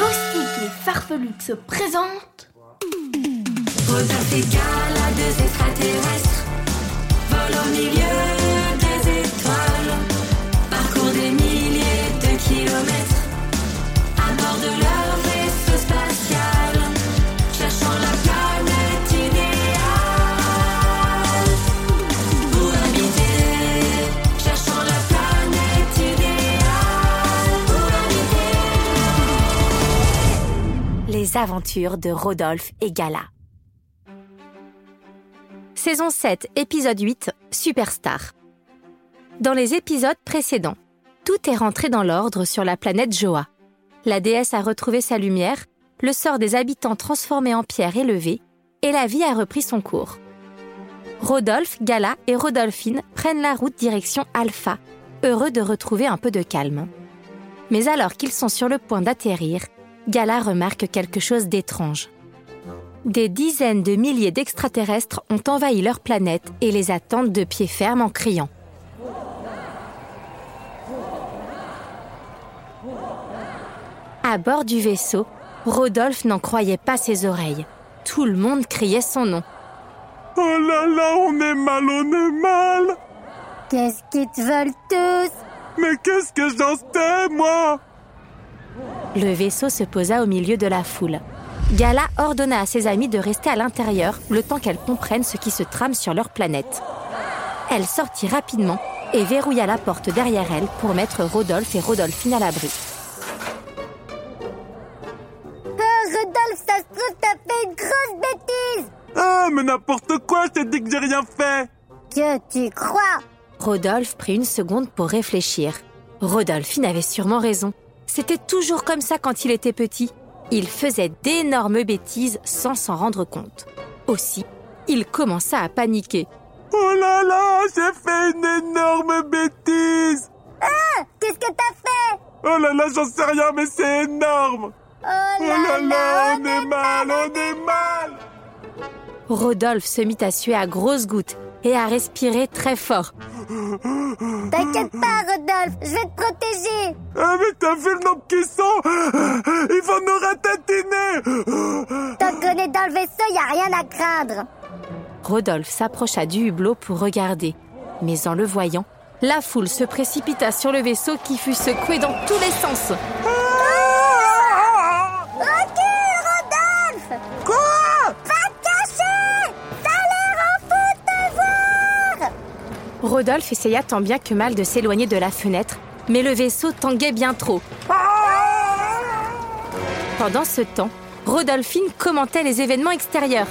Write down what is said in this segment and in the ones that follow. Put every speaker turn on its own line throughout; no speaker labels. Loustique les farfelues se présente.
Aux Africains, la deux extraterrestres Vol au milieu des étoiles Parcours des milliers de kilomètres À bord de leur vaisseau spatial Cherchant la planète idéale Pour habiter Cherchant la planète idéale Pour habiter
Les aventures de Rodolphe et Gala. Saison 7, épisode 8, Superstar. Dans les épisodes précédents, tout est rentré dans l'ordre sur la planète Joa. La déesse a retrouvé sa lumière, le sort des habitants transformés en pierre est levé, et la vie a repris son cours. Rodolphe, Gala et Rodolphine prennent la route direction Alpha, heureux de retrouver un peu de calme. Mais alors qu'ils sont sur le point d'atterrir, Gala remarque quelque chose d'étrange. Des dizaines de milliers d'extraterrestres ont envahi leur planète et les attendent de pied ferme en criant. À bord du vaisseau, Rodolphe n'en croyait pas ses oreilles. Tout le monde criait son nom.
Oh là là, on est mal, on est mal
Qu'est-ce qu'ils te veulent tous
Mais qu'est-ce que j'en sais, moi
Le vaisseau se posa au milieu de la foule. Gala ordonna à ses amis de rester à l'intérieur le temps qu'elles comprennent ce qui se trame sur leur planète. Elle sortit rapidement et verrouilla la porte derrière elle pour mettre Rodolphe et Rodolphine à l'abri.
Oh, Rodolphe, ça se trouve, t'as fait une grosse bêtise
Ah, mais n'importe quoi, je t'ai dit que j'ai rien fait
Que tu crois
Rodolphe prit une seconde pour réfléchir. Rodolphine avait sûrement raison. C'était toujours comme ça quand il était petit. Il faisait d'énormes bêtises sans s'en rendre compte. Aussi, il commença à paniquer.
Oh là là, j'ai fait une énorme bêtise
Qu'est-ce que t'as fait
Oh là là, j'en sais rien, mais c'est énorme
Oh
Oh là là, on est mal, on est mal
Rodolphe se mit à suer à grosses gouttes et à respirer très fort.
T'inquiète pas, Rodolphe, je vais te protéger
Ah, mais t'as vu le nombre qui sont Ils vont nous ratatiner
Tant qu'on est dans le vaisseau, y a rien à craindre
Rodolphe s'approcha du hublot pour regarder. Mais en le voyant, la foule se précipita sur le vaisseau qui fut secoué dans tous les sens.
Recule, Rodolphe Quoi Va te cacher T'as l'air en fou de te voir
Rodolphe essaya tant bien que mal de s'éloigner de la fenêtre, mais le vaisseau tanguait bien trop. Pendant ce temps, Rodolphine commentait les événements extérieurs.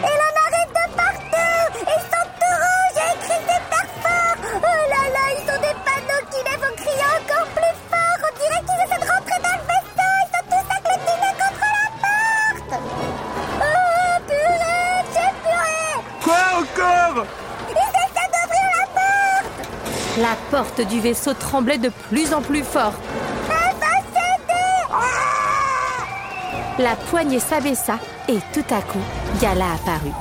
Il en arrive de partout Ils sont tout rouges et écrit super fort Oh là là, ils ont des panneaux qui les font crier encore plus fort On dirait qu'ils essaient de rentrer dans le vaisseau Ils sont tous agglutinés contre la porte Oh purée, j'ai purée
Quoi encore
Ils essaient d'ouvrir la porte
La porte du vaisseau tremblait de plus en plus fort.
Elle va céder
Ah!
La poignée s'abaissa et tout à coup, Gala apparut.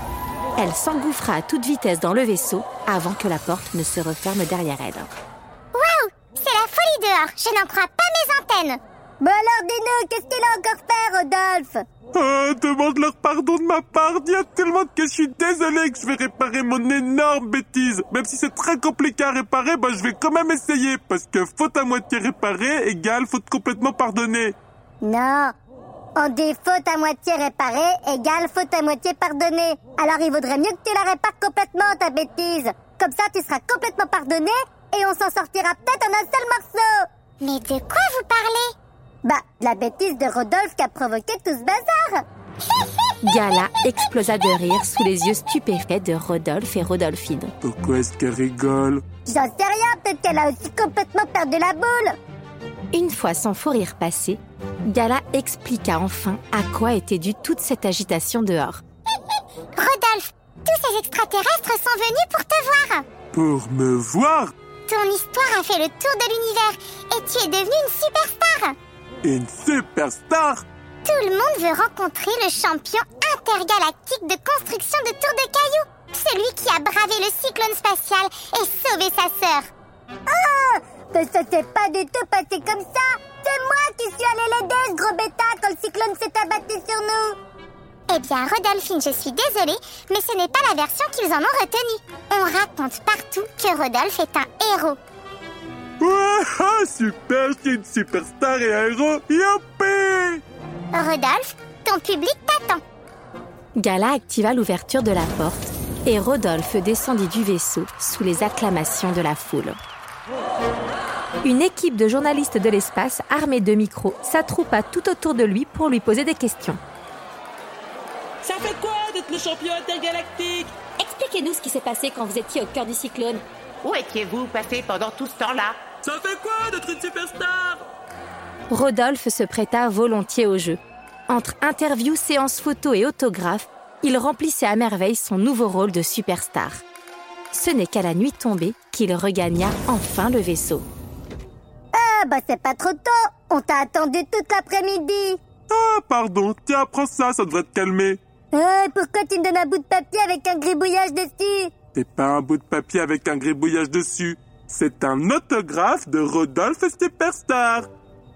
Elle s'engouffra à toute vitesse dans le vaisseau avant que la porte ne se referme derrière elle.
Waouh C'est la folie dehors Je n'en crois pas mes antennes Bon alors dis-nous, qu'est-ce qu'il a encore fait, Rodolphe
Ah, demande leur pardon de ma part. Il y a tellement que je suis désolé que je vais réparer mon énorme bêtise. Même si c'est très compliqué à réparer, bah, je vais quand même essayer. Parce que faute à moitié réparée égale faute complètement pardonnée.
Non. On dit faute à moitié réparée égale faute à moitié pardonnée. Alors il vaudrait mieux que tu la répares complètement, ta bêtise. Comme ça, tu seras complètement pardonné et on s'en sortira peut-être en un seul morceau. Mais de quoi vous parlez Bah, la bêtise de Rodolphe qui a provoqué tout ce bazar.
Gala explosa de rire sous les yeux stupéfaits de Rodolphe et Rodolphine.
Pourquoi est-ce qu'elle rigole
J'en sais rien, peut-être qu'elle a aussi complètement perdu la boule.
Une fois son faux rire passé, Gala expliqua enfin à quoi était due toute cette agitation dehors.
Rodolphe, tous ces extraterrestres sont venus pour te voir.
Pour me voir
Ton histoire a fait le tour de l'univers et tu es devenue une superstar.
Une superstar
Tout le monde veut rencontrer le champion intergalactique de construction de tours de cailloux. Celui qui a bravé le cyclone spatial et sauvé sa sœur. Oh Mais ça s'est pas du tout passé comme ça C'est moi qui suis allée l'aider, gros bêta, quand le cyclone s'est abattu sur nous eh bien, Rodolphine, je suis désolée, mais ce n'est pas la version qu'ils en ont retenue. On raconte partout que Rodolphe est un héros.
Ouais, ah, super, je suis une superstar et un héros, youpi
Rodolphe, ton public t'attend.
Gala activa l'ouverture de la porte et Rodolphe descendit du vaisseau sous les acclamations de la foule. Une équipe de journalistes de l'espace armés de micros s'attroupa tout autour de lui pour lui poser des questions.
Ça fait quoi d'être le champion intergalactique
Expliquez-nous ce qui s'est passé quand vous étiez au cœur du cyclone.
Où étiez-vous passé pendant tout ce temps-là
Ça fait quoi d'être une superstar
Rodolphe se prêta volontiers au jeu. Entre interviews, séances photos et autographes, il remplissait à merveille son nouveau rôle de superstar. Ce n'est qu'à la nuit tombée qu'il regagna enfin le vaisseau.
Ah, bah c'est pas trop tôt. On t'a attendu toute l'après-midi.
Ah, pardon, tiens, prends ça, ça devrait te calmer.
Euh, pourquoi tu me donnes un bout de papier avec un gribouillage dessus
T'es pas un bout de papier avec un gribouillage dessus. C'est un autographe de Rodolphe Superstar.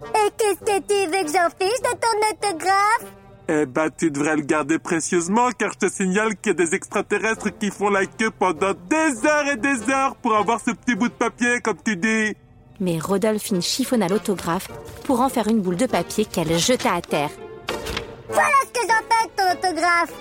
Et qu'est-ce que tu veux que j'en fiche de ton autographe
Eh bah, tu devrais le garder précieusement car je te signale qu'il y a des extraterrestres qui font la queue pendant des heures et des heures pour avoir ce petit bout de papier, comme tu dis.
Mais Rodolphine chiffonna l'autographe pour en faire une boule de papier qu'elle jeta à terre.
Voilà ce que j'en fais de ton autographe.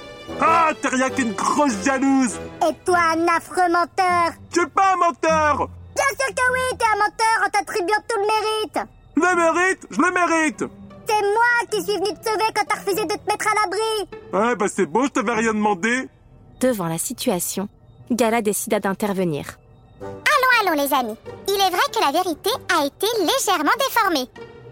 Ah, t'es rien qu'une grosse jalouse.
Et toi, un affreux menteur
Tu es pas un menteur.
Bien sûr que oui, t'es un menteur en t'attribuant tout le mérite.
Je le mérite, je le mérite.
C'est moi qui suis venu te sauver quand t'as refusé de te mettre à l'abri.
Ouais, bah c'est beau, je t'avais rien demandé.
Devant la situation, Gala décida d'intervenir.
Allons, allons, les amis. Il est vrai que la vérité a été légèrement déformée.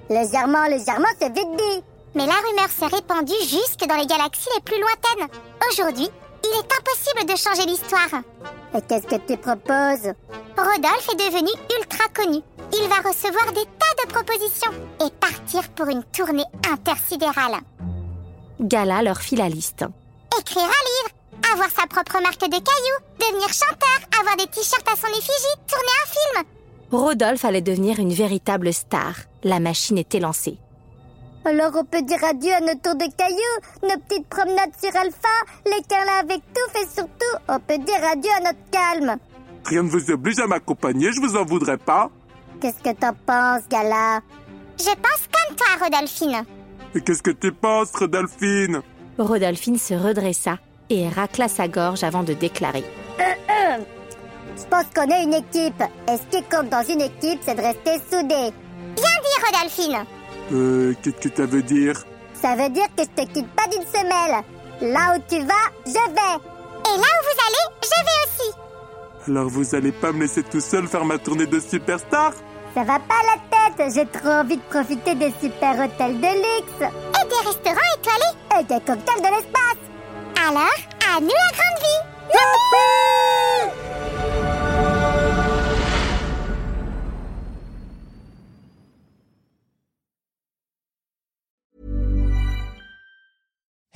Légèrement, légèrement, c'est vite dit. Mais la rumeur s'est répandue jusque dans les galaxies les plus lointaines. Aujourd'hui, il est impossible de changer l'histoire. Et qu'est-ce que tu proposes Rodolphe est devenu ultra connu. Il va recevoir des tas de propositions et partir pour une tournée intersidérale.
Gala leur fit la liste.
Écrire un livre, avoir sa propre marque de cailloux, devenir chanteur, avoir des t-shirts à son effigie, tourner un film.
Rodolphe allait devenir une véritable star. La machine était lancée.
Alors on peut dire adieu à nos tours de cailloux, nos petites promenades sur Alpha, les câlins avec tout et surtout, on peut dire adieu à notre calme.
Rien ne vous oblige à m'accompagner, je vous en voudrais pas.
Qu'est-ce que t'en penses, Gala Je pense comme toi, Rodolphine.
Et qu'est-ce que tu penses, Rodolphine
Rodolphine se redressa et racla sa gorge avant de déclarer.
Je pense qu'on est une équipe. Et ce qui compte dans une équipe, c'est de rester soudés. Bien dit, Rodolphine.
Euh, qu'est-ce que ça veut dire
Ça veut dire que je te quitte pas d'une semelle. Là où tu vas, je vais. Et là où vous allez, je vais aussi.
Alors vous allez pas me laisser tout seul faire ma tournée de superstar
Ça va pas la tête, j'ai trop envie de profiter des super hôtels de luxe. Et des restaurants étoilés. Et des cocktails de l'espace. Alors, à nous la grande vie.